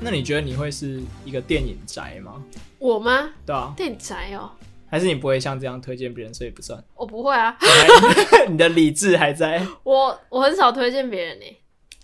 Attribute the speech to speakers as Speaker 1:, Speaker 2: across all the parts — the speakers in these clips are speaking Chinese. Speaker 1: 那你觉得你会是一个电影宅吗？
Speaker 2: 我吗？
Speaker 1: 对啊，
Speaker 2: 电宅哦，
Speaker 1: 还是你不会像这样推荐别人，所以不算？
Speaker 2: 我不会啊，
Speaker 1: 你的理智还在？
Speaker 2: 我我很少推荐别人呢、欸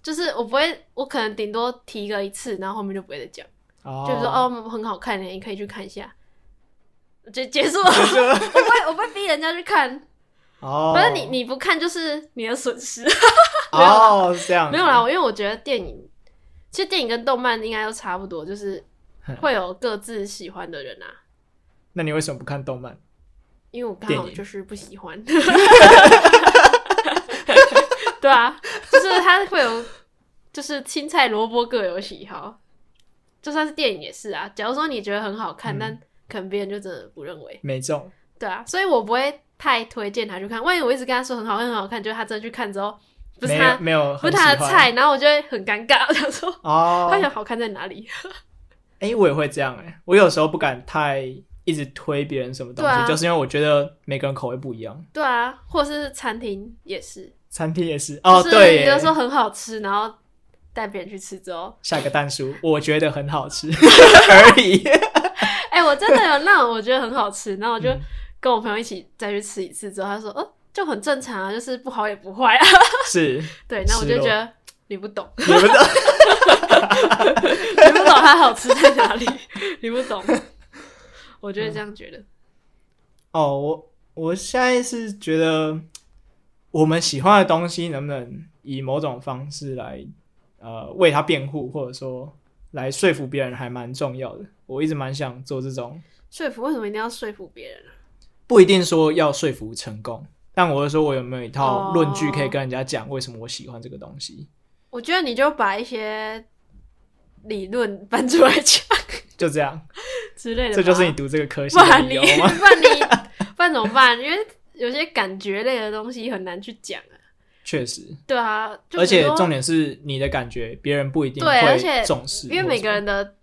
Speaker 2: 就是我不会，我可能顶多提个一次，然后后面就不会再讲，
Speaker 1: 哦
Speaker 2: 就是说哦很好看呢、你可以去看一下，就结束了。
Speaker 1: 结束了
Speaker 2: 我不会，我不会逼人家去看，
Speaker 1: 哦，
Speaker 2: 反正你你不看就是你的损 失。
Speaker 1: 哦这样子
Speaker 2: 没有啦，，因为我觉得电影，其实电影跟动漫应该都差不多，就是会有各自喜欢的人啊。
Speaker 1: 那你为什么不看动漫？
Speaker 2: 因为我刚
Speaker 1: 电
Speaker 2: 好
Speaker 1: 影
Speaker 2: 就是不 喜欢，对啊，就是他会有，就是青菜萝卜各有喜好，就算是电影也是啊。假如说你觉得很好
Speaker 1: 嗯
Speaker 2: 看，但可能别人就真的不认为，
Speaker 1: 没中
Speaker 2: 对啊，所以我不会太推荐他去看。万一我一直跟他说很好看很好看，就是他真的去看之后，不是
Speaker 1: 没
Speaker 2: 他
Speaker 1: 有没有
Speaker 2: 不
Speaker 1: 很
Speaker 2: 是他的
Speaker 1: 喜欢
Speaker 2: 菜，然后我就会很尴尬， 我想说
Speaker 1: 哦
Speaker 2: 他。想好看在哪里？
Speaker 1: 哎、我也会这样哎、我有时候不敢太一直推别人什么东西，
Speaker 2: 对啊
Speaker 1: 就是因为我觉得每个人口味不一样。
Speaker 2: 对啊，或者是餐厅也是，
Speaker 1: 餐厅也是哦，
Speaker 2: 就是
Speaker 1: 对
Speaker 2: 你
Speaker 1: 耶
Speaker 2: 就，说很好吃，然后带别人去吃之后，
Speaker 1: 下个蛋酥，我觉得很好 吃而已。
Speaker 2: 哎、我真的有那种我觉得很好吃，然后我就
Speaker 1: 嗯
Speaker 2: 跟我朋友一起再去吃一次之后，他说，哦，就很正常啊，就是不好也不坏啊。
Speaker 1: 是，哦
Speaker 2: 对，那我
Speaker 1: 失
Speaker 2: 就
Speaker 1: 落
Speaker 2: 觉得你不懂，
Speaker 1: 你们的
Speaker 2: 你不懂它好吃在哪里， 你不懂。我就会这样觉得，
Speaker 1: 哦，我我现在是觉得我们喜欢的东西能不能以某种方式来呃为他辩护，或者说来说服别人，还蛮重要的。我一直蛮想做这种
Speaker 2: 说服为什么一定要说服别人啊？
Speaker 1: 不一定说要说服成功，但我是说我有没有一套论据
Speaker 2: 哦
Speaker 1: 可以跟人家讲为什么我喜欢这个东西，
Speaker 2: 我觉得你就把一些理论搬出来讲
Speaker 1: 就这样。
Speaker 2: 之类的吧，
Speaker 1: 这就是你读这个科系
Speaker 2: 不
Speaker 1: 的
Speaker 2: 然
Speaker 1: 理
Speaker 2: 你
Speaker 1: 由
Speaker 2: 啊
Speaker 1: 吗？
Speaker 2: 不然你不然怎么办？因为有些感觉类的东西很难去讲啊。
Speaker 1: 确实，
Speaker 2: 对啊，就
Speaker 1: 而且
Speaker 2: 比如说
Speaker 1: 重点是你的感觉，别人不一定
Speaker 2: 对而且
Speaker 1: 会重视，
Speaker 2: 因为
Speaker 1: 或
Speaker 2: 每
Speaker 1: 者
Speaker 2: 个人的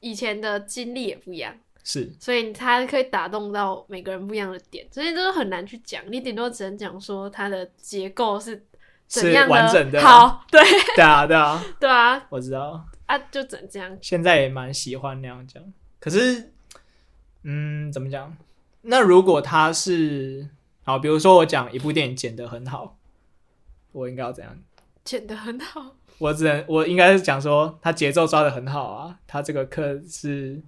Speaker 2: 以前的经历也不一样，
Speaker 1: 是
Speaker 2: 所以他可以打动到每个人不一样的点，所以都很难去讲。你顶多只能讲说它的结构是怎
Speaker 1: 是
Speaker 2: 样
Speaker 1: 完整的，
Speaker 2: 的。，好，对
Speaker 1: 对啊，对 啊，
Speaker 2: 对啊，
Speaker 1: 我知道，
Speaker 2: 啊，就只能这样。
Speaker 1: 现在也蛮喜欢那样讲。可是，嗯，怎么讲？那如果他是好，比如说我讲一部电影剪得很好，我应该要怎样？
Speaker 2: 剪得很好，
Speaker 1: 我只能我应该是讲说他节奏抓的很好啊，他这个课是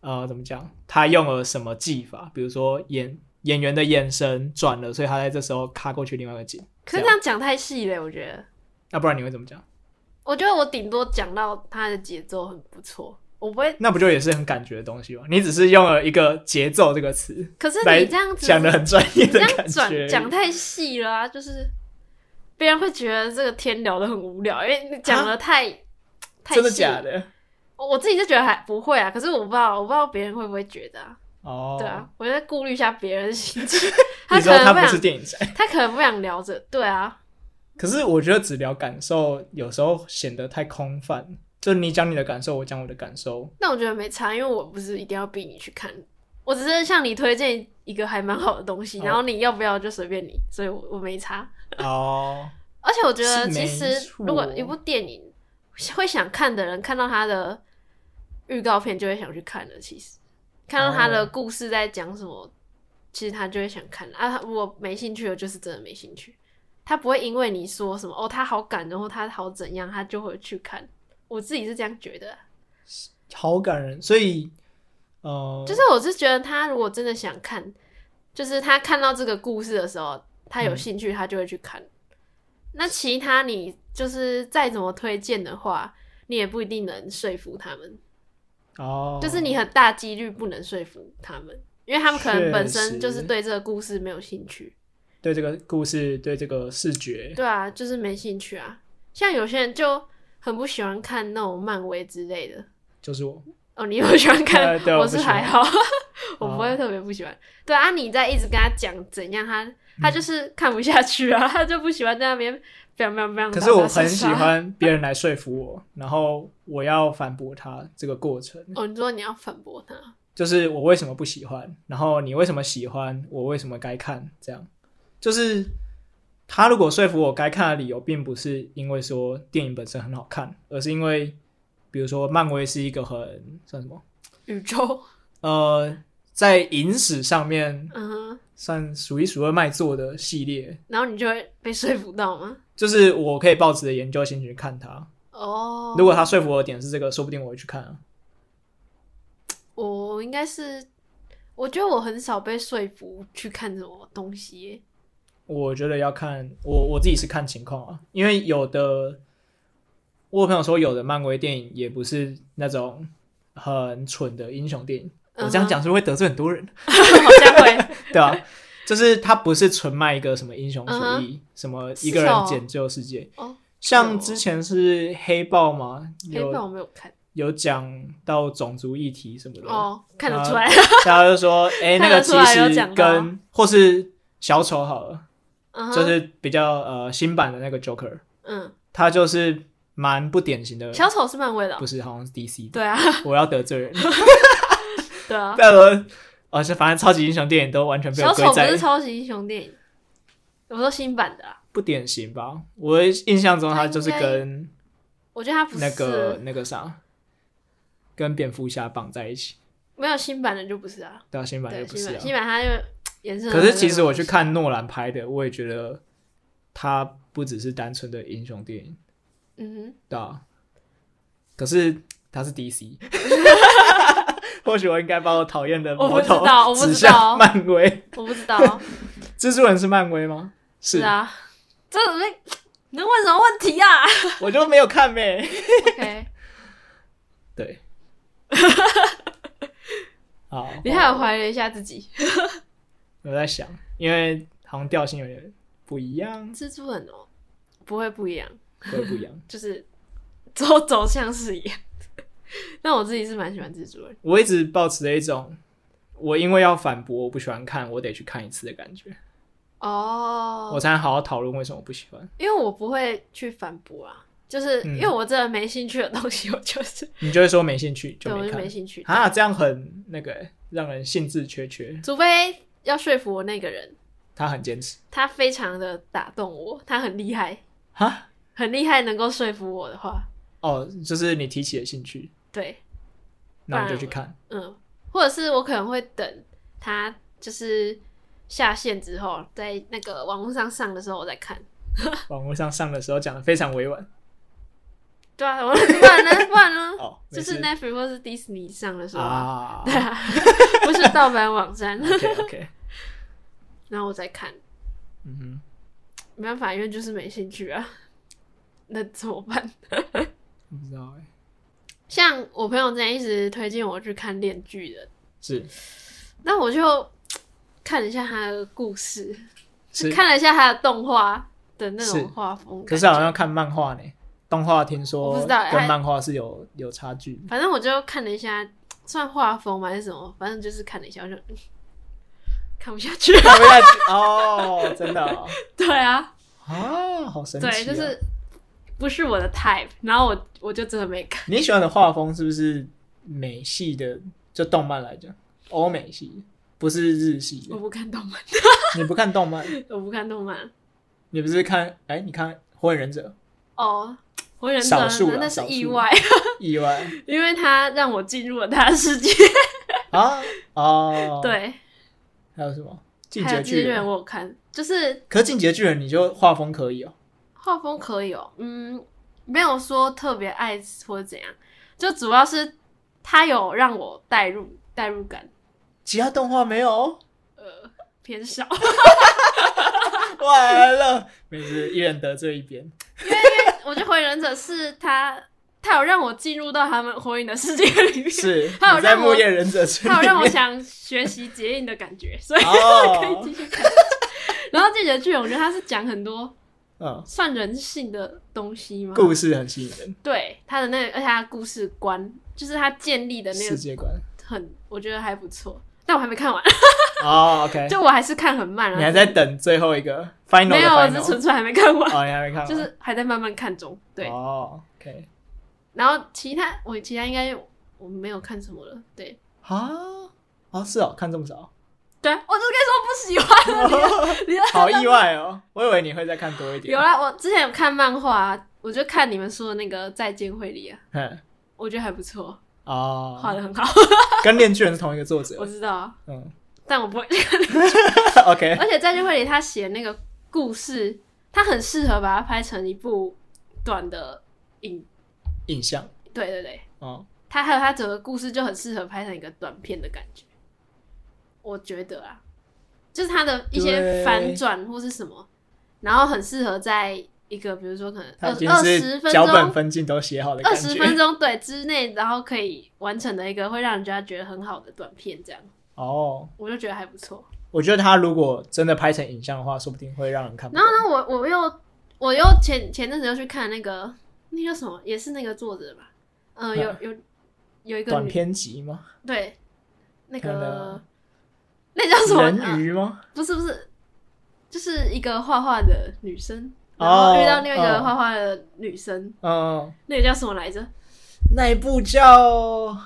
Speaker 1: 呃怎么讲？他用了什么技法？比如说演演员的眼神转了，所以他在这时候卡过去另外一个景。
Speaker 2: 可是
Speaker 1: 这
Speaker 2: 这样讲太细了，我觉得。
Speaker 1: 那、不然你会怎么讲？
Speaker 2: 我觉得我顶多讲到它的节奏很不错，我不会。
Speaker 1: 那不就也是很感觉的东西吗？你只是用了一个节奏这个词，
Speaker 2: 可是
Speaker 1: 来
Speaker 2: 你这样子
Speaker 1: 讲的很专业
Speaker 2: 你这
Speaker 1: 的
Speaker 2: 样
Speaker 1: 感
Speaker 2: 转
Speaker 1: 觉。
Speaker 2: 讲太细了啊，就是别人会觉得这个天聊的很无聊，因为你讲的太、太
Speaker 1: 真的
Speaker 2: 细
Speaker 1: 假的？
Speaker 2: 我我自己是觉得还不会啊，可是我不知道，我不知道别人会不会觉得啊。
Speaker 1: 哦，
Speaker 2: 对啊，我在顾虑一下别人的心 情，
Speaker 1: 你
Speaker 2: 可
Speaker 1: 说他
Speaker 2: 能
Speaker 1: 不
Speaker 2: 不
Speaker 1: 是
Speaker 2: 想，
Speaker 1: 电影宅，
Speaker 2: 他可能不想聊着。对啊，
Speaker 1: 可是我觉得只聊感受有时候显得太空泛，就是你讲你的感受，我讲我的感受，
Speaker 2: 那我觉得没差，因为我不是一定要逼你去看，我只是向你推荐一个还蛮好的东西，
Speaker 1: 哦
Speaker 2: 然后你要不要就随便你，所以我我没差。
Speaker 1: 哦，
Speaker 2: 而且我觉得，
Speaker 1: 是
Speaker 2: 其
Speaker 1: 没
Speaker 2: 实
Speaker 1: 错
Speaker 2: 如果一部电影会想看的人，看到他的预告片就会想去看了。其实看到他的
Speaker 1: 哦
Speaker 2: 故事在讲什么，其实他就会想看了啊。如果没兴趣的，就是真的没兴趣。他不会因为你说什么哦，他好感动，或他好怎样，他就会去看。我自己是这样觉得啊，
Speaker 1: 好感人。所以，呃，
Speaker 2: 就是我是觉得他如果真的想看，就是他看到这个故事的时候，他
Speaker 1: 嗯
Speaker 2: 有兴趣，他就会去看。那其他你就是再怎么推荐的话，你也不一定能说服他们，
Speaker 1: 哦，
Speaker 2: 就是你很大几率不能说服他们，因为他们可能本身就
Speaker 1: 确
Speaker 2: 是
Speaker 1: 实
Speaker 2: 对这个故事没有兴趣，
Speaker 1: 对这个故事、对这个视觉，
Speaker 2: 对啊，就是没兴趣啊。像有些人就很不喜欢看那种漫威之类的，
Speaker 1: 就是我
Speaker 2: 哦，你有喜欢看？
Speaker 1: 呃对我
Speaker 2: 我
Speaker 1: 不
Speaker 2: 是
Speaker 1: 喜欢哦
Speaker 2: 还好， 我不会特别不喜欢。对啊，你在一直跟他讲怎样，他他
Speaker 1: 嗯
Speaker 2: 就是看不下去啊，他就不喜欢在那边 biang biang biang
Speaker 1: 可
Speaker 2: 打
Speaker 1: 是我
Speaker 2: 打杀
Speaker 1: 很喜
Speaker 2: 杀
Speaker 1: 欢别人来说服我，然后我要反驳他这个过程，
Speaker 2: 哦，你说你要反驳他，
Speaker 1: 就是我为什么不喜欢，然后你为什么喜欢，我为什么该看，这样就是他如果说服我该看的理由，并不是因为说电影本身很好看，而是因为。比如说漫威是一个很算什么
Speaker 2: 宇宙，
Speaker 1: 呃，在影史上面
Speaker 2: 嗯哼，
Speaker 1: 算数一数二卖座的系列，
Speaker 2: 然后你就会被说服到吗？
Speaker 1: 就是我可以抱持的研究心去看它。
Speaker 2: 哦，
Speaker 1: 如果他说服我的点是这个，说不定我会去看啊。
Speaker 2: 我应该是，我觉得我很少被说服去看什么东西耶，
Speaker 1: 我觉得要看我我自己是看情况啊，因为有的我有朋友说有的漫威电影也不是那种很蠢的英雄电影。我
Speaker 2: 嗯
Speaker 1: 这样讲是不是会得罪很多人，
Speaker 2: 好像会，
Speaker 1: 对 啊，就是它不是纯卖一个什么英雄主义，什么一个
Speaker 2: 嗯是哦
Speaker 1: 人拯救世界。
Speaker 2: 哦
Speaker 1: 像之前是黑豹嘛，
Speaker 2: 黑豹
Speaker 1: 有
Speaker 2: 我没有看
Speaker 1: 有讲到种族议题什么的，
Speaker 2: 哦，看得
Speaker 1: 啊
Speaker 2: 出来，
Speaker 1: 大家就说， 哎、那
Speaker 2: 看得
Speaker 1: 个
Speaker 2: 出
Speaker 1: 其
Speaker 2: 来有
Speaker 1: 实
Speaker 2: 讲到
Speaker 1: 跟或是小丑好了，
Speaker 2: 嗯哼
Speaker 1: 就是比较呃新版的那个 Joker，
Speaker 2: 嗯，
Speaker 1: 他就是蛮不典型的，
Speaker 2: 小丑是漫威的哦、
Speaker 1: 不是好像是 DC 的，
Speaker 2: 对啊，
Speaker 1: 我要得罪人，
Speaker 2: 对啊，
Speaker 1: 但我而且哦反正超级英雄电影都完全被
Speaker 2: 小
Speaker 1: 我归
Speaker 2: 丑不
Speaker 1: 在
Speaker 2: 是超级英雄电影，我说新版的啊，
Speaker 1: 不典型吧？我印象中他就是
Speaker 2: 他应该
Speaker 1: 跟
Speaker 2: 我觉得他不是
Speaker 1: 那个那个啥，跟蝙蝠侠绑在一起，
Speaker 2: 没有新版的就不是啊，
Speaker 1: 对啊，新版就
Speaker 2: 对，
Speaker 1: 不
Speaker 2: 新
Speaker 1: 是
Speaker 2: 版
Speaker 1: 啊。
Speaker 2: 新版他就延伸了
Speaker 1: 可
Speaker 2: 很多东西。
Speaker 1: 是其实我去看诺兰拍的，我也觉得他不只是单纯的英雄电影，
Speaker 2: 嗯
Speaker 1: 对啊。可是他是 DC，或许我应该把我讨厌的
Speaker 2: 我不
Speaker 1: 魔头
Speaker 2: 知道我不
Speaker 1: 指
Speaker 2: 知道
Speaker 1: 向漫威。
Speaker 2: 哼，我不知道，
Speaker 1: 蜘蛛人是漫威吗？ 是，
Speaker 2: 啊，这怎么会能问什么问题 啊
Speaker 1: 我就没有看呗。
Speaker 2: ？OK，
Speaker 1: 对，好，
Speaker 2: 你还有怀疑了一下自己，
Speaker 1: 我在想，因为好像调性有点不一样，
Speaker 2: 蜘蛛人哦，不会不一样，
Speaker 1: 会不一样。
Speaker 2: 就是走走向是一样。 但我自己是蛮喜欢蜘蛛人，
Speaker 1: 我一直保持着一种，我因为要反驳，我不喜欢看，我得去看一次的感觉，我
Speaker 2: 哦，
Speaker 1: 才能好好讨论为什么我不喜欢。
Speaker 2: 因为我不会去反驳啊，就是
Speaker 1: 嗯
Speaker 2: 因为我真的没兴趣的东西，我就是
Speaker 1: 你就会说没兴趣，就
Speaker 2: 对我
Speaker 1: 没
Speaker 2: 就
Speaker 1: 看
Speaker 2: 没兴趣，
Speaker 1: 啊，这样很那个欸，让人兴致缺缺。
Speaker 2: 除非要说服我那个人，
Speaker 1: 他很坚持
Speaker 2: 他非常的打动我，他很厉害，
Speaker 1: 哈，
Speaker 2: 很厉害，能够说服我的话，
Speaker 1: 哦，就是你提起了兴趣，
Speaker 2: 对，
Speaker 1: 那我就去看。
Speaker 2: 嗯，或者是我可能会等他就是下线之后，在那个网络上上的时候我再看。啊
Speaker 1: 网络上上的时候讲的非常委婉
Speaker 2: 对啊，我不然呢？不然呢？
Speaker 1: 哦，
Speaker 2: 就
Speaker 1: 没
Speaker 2: 是
Speaker 1: 事
Speaker 2: Netflix 或是 Disney 上的时候，
Speaker 1: 啊
Speaker 2: 对啊， 不是盗版网 站，
Speaker 1: ，OK OK，
Speaker 2: 然后我再看。
Speaker 1: 嗯哼。
Speaker 2: 没办法，因为就是没兴趣啊， 那怎么办？
Speaker 1: 不知道哎、
Speaker 2: 像我朋友之前一直推荐我去看《恋巨人》，
Speaker 1: 是
Speaker 2: 那我就看了一下他的故事，
Speaker 1: 是，
Speaker 2: 看了一下他的动画的那
Speaker 1: 是
Speaker 2: 种画风感觉。
Speaker 1: 可是好像要看漫画呢，动画听说
Speaker 2: 我不知道哎
Speaker 1: 跟
Speaker 2: 还
Speaker 1: 漫画是有有差距。
Speaker 2: 反正我就看了一下，算画风吗还是什么？反正就是看了一下，我就、嗯看不下 去。
Speaker 1: 看不下去哦，真的哦
Speaker 2: 对啊，
Speaker 1: 啊，好神奇、啊！
Speaker 2: 对，就是不是我的 type。然后我我就真的没看，
Speaker 1: 你喜欢的画风是不是美系的？就动漫来讲，欧美系不是日系
Speaker 2: 我
Speaker 1: 的。
Speaker 2: 不看动漫，
Speaker 1: 你不看动漫，
Speaker 2: 我不看动漫。
Speaker 1: 你不是看？哎、你看《火影忍者
Speaker 2: 哦，火影忍者
Speaker 1: 少数啦
Speaker 2: 那是
Speaker 1: 少数
Speaker 2: 意外，》
Speaker 1: 意外
Speaker 2: 因为他让我进入了他的世界。
Speaker 1: 啊？哦，，
Speaker 2: 对，
Speaker 1: 还有什么《进
Speaker 2: 还有
Speaker 1: 阶
Speaker 2: 《
Speaker 1: 巨
Speaker 2: 巨
Speaker 1: 人
Speaker 2: 人》》？我有看，就是
Speaker 1: 可是《进阶巨人》你就画风可以哦，
Speaker 2: 画风可以哦，嗯，没有说特别爱或者怎样，就主要是他有让我代入代入感
Speaker 1: 其他动画没有哦。
Speaker 2: 偏少。
Speaker 1: 完了，每次一人得罪一边。
Speaker 2: 我觉得火影忍者是他，他有让我进入到他们火影的世界里面，
Speaker 1: 是，
Speaker 2: 还有
Speaker 1: 你在
Speaker 2: 让我
Speaker 1: 木叶忍者村
Speaker 2: 他有
Speaker 1: 里
Speaker 2: 让我
Speaker 1: 面。
Speaker 2: 想学习结印的感觉，所以 可以
Speaker 1: 哦，
Speaker 2: 继续看。然后《进击的巨人》，我觉得他是讲很多
Speaker 1: 嗯，
Speaker 2: 算人性的东西嘛，
Speaker 1: 故事很吸引人，
Speaker 2: 对他的那个，而且他的故事观，就是他建立的 那
Speaker 1: 世
Speaker 2: 个
Speaker 1: 界观。
Speaker 2: 很，我觉得还不错。但我还没看完，
Speaker 1: 哦，OK，
Speaker 2: 就我还是看很慢啊。
Speaker 1: 你还在等最后一个 final 的
Speaker 2: 没有，我
Speaker 1: final？
Speaker 2: 只是纯粹还没看完，
Speaker 1: 哦，你还没看完，
Speaker 2: 就是还在慢慢看中。对，
Speaker 1: 哦，OK，
Speaker 2: 然后其他我其他应该我没有看什么了。对，
Speaker 1: 啊，哦，是哦，看这么少，
Speaker 2: 对啊我就跟你说不喜欢了。你你
Speaker 1: 哦好意外哦，我以为你会再看
Speaker 2: 啊
Speaker 1: 多一点。
Speaker 2: 有啦，我之前有看漫画啊、我就看你们说的那个《再见惠理》啊，
Speaker 1: 嗯，
Speaker 2: 我觉得还不错，画
Speaker 1: 哦，
Speaker 2: 的很好，
Speaker 1: 跟恋巨人是同一个作者
Speaker 2: 我，知道，
Speaker 1: 嗯
Speaker 2: 但我不会。
Speaker 1: ，OK，
Speaker 2: 而且在聚会里，他写那个故事，他很适合把它拍成一部短的影。
Speaker 1: 印象，
Speaker 2: 对对对，
Speaker 1: 哦，
Speaker 2: 他还有他整个故事就很适合拍成一个短片的感觉，我觉得啊，就是他的一些
Speaker 1: 对
Speaker 2: 反转或是什么，然后很适合在一个比如说可能
Speaker 1: 他
Speaker 2: 二
Speaker 1: 已经
Speaker 2: 二十
Speaker 1: 是
Speaker 2: 分
Speaker 1: 脚本
Speaker 2: 钟。
Speaker 1: 分镜都写好的
Speaker 2: 二
Speaker 1: 感
Speaker 2: 十
Speaker 1: 觉，
Speaker 2: 分钟对之内，然后可以完成的一个会让人家觉得很好的短片，这样
Speaker 1: 哦，
Speaker 2: 我就觉得还不错。
Speaker 1: 我觉得他如果真的拍成影像的话，说不定会让人看不
Speaker 2: 然
Speaker 1: 懂
Speaker 2: 后。呢，我我又我又前前阵子又去看那个那叫什么，也是那个作者吧，嗯、有有有一个
Speaker 1: 短
Speaker 2: 女
Speaker 1: 片集吗？
Speaker 2: 对那
Speaker 1: 看
Speaker 2: 个
Speaker 1: 到
Speaker 2: 那叫什么？啊
Speaker 1: 人鱼吗？
Speaker 2: 不是不是，就是一个画画的女生，
Speaker 1: 哦
Speaker 2: 然后遇到另外一个
Speaker 1: 哦
Speaker 2: 画画的女生，
Speaker 1: 嗯，
Speaker 2: 那个叫什么来着？
Speaker 1: 那一部叫哦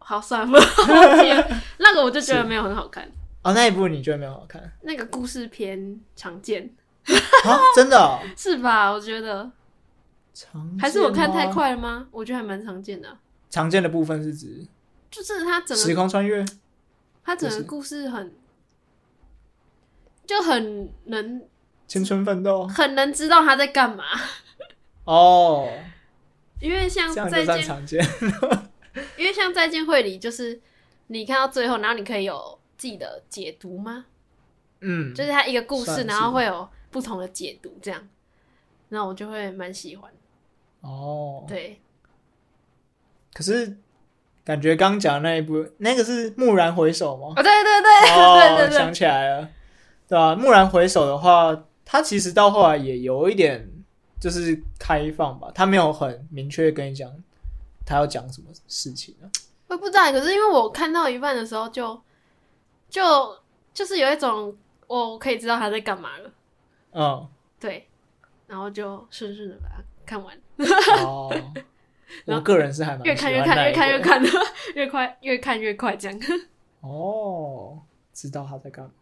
Speaker 2: 好，算了，忘记了。 那个我就觉得没有很好看，
Speaker 1: 哦，那一部你觉得没有好看
Speaker 2: 那个故事偏常见，
Speaker 1: 啊？真的哦、
Speaker 2: 是吧？我觉得
Speaker 1: 常见吗
Speaker 2: 还是我看太。快了吗？我觉得还蛮常见的啊，
Speaker 1: 常见的部分是指
Speaker 2: 就是它整
Speaker 1: 时
Speaker 2: 个
Speaker 1: 空穿越
Speaker 2: 它整个
Speaker 1: 故事
Speaker 2: 故事很就很能
Speaker 1: 青春奋斗
Speaker 2: 很能知道他在干嘛，
Speaker 1: 哦，
Speaker 2: 因为像
Speaker 1: 这样
Speaker 2: 再
Speaker 1: 就算
Speaker 2: 见
Speaker 1: 常见。
Speaker 2: 因为像再见会里，就是你看到最后，然后你可以有自己的解读吗？
Speaker 1: 嗯，
Speaker 2: 就是它一个故
Speaker 1: 算
Speaker 2: 事，
Speaker 1: 是
Speaker 2: 然后会有不同的解读，这样，那我就会蛮喜欢。
Speaker 1: 哦，
Speaker 2: 对，
Speaker 1: 可是感觉刚讲的那一部，那个是蓦然回首吗？哦
Speaker 2: 哦，对对 对对对对
Speaker 1: 想起来了，对吧、蓦然回首的话，它其实到后来也有一点就是开放吧，它没有很明确地跟你讲他要讲什么事情啊。
Speaker 2: 我不知道，可是因为我看到一半的时候就，就就是有一种哦我可以知道他在干嘛了，
Speaker 1: 嗯，
Speaker 2: 对，然后就顺顺的把它看完，
Speaker 1: 哦，我个人是还蛮
Speaker 2: 越看
Speaker 1: 喜
Speaker 2: 越
Speaker 1: 欢
Speaker 2: 看
Speaker 1: 那
Speaker 2: 越
Speaker 1: 一
Speaker 2: 看
Speaker 1: 个
Speaker 2: 越看越快越看越快这样。
Speaker 1: 哦，知道他在干嘛。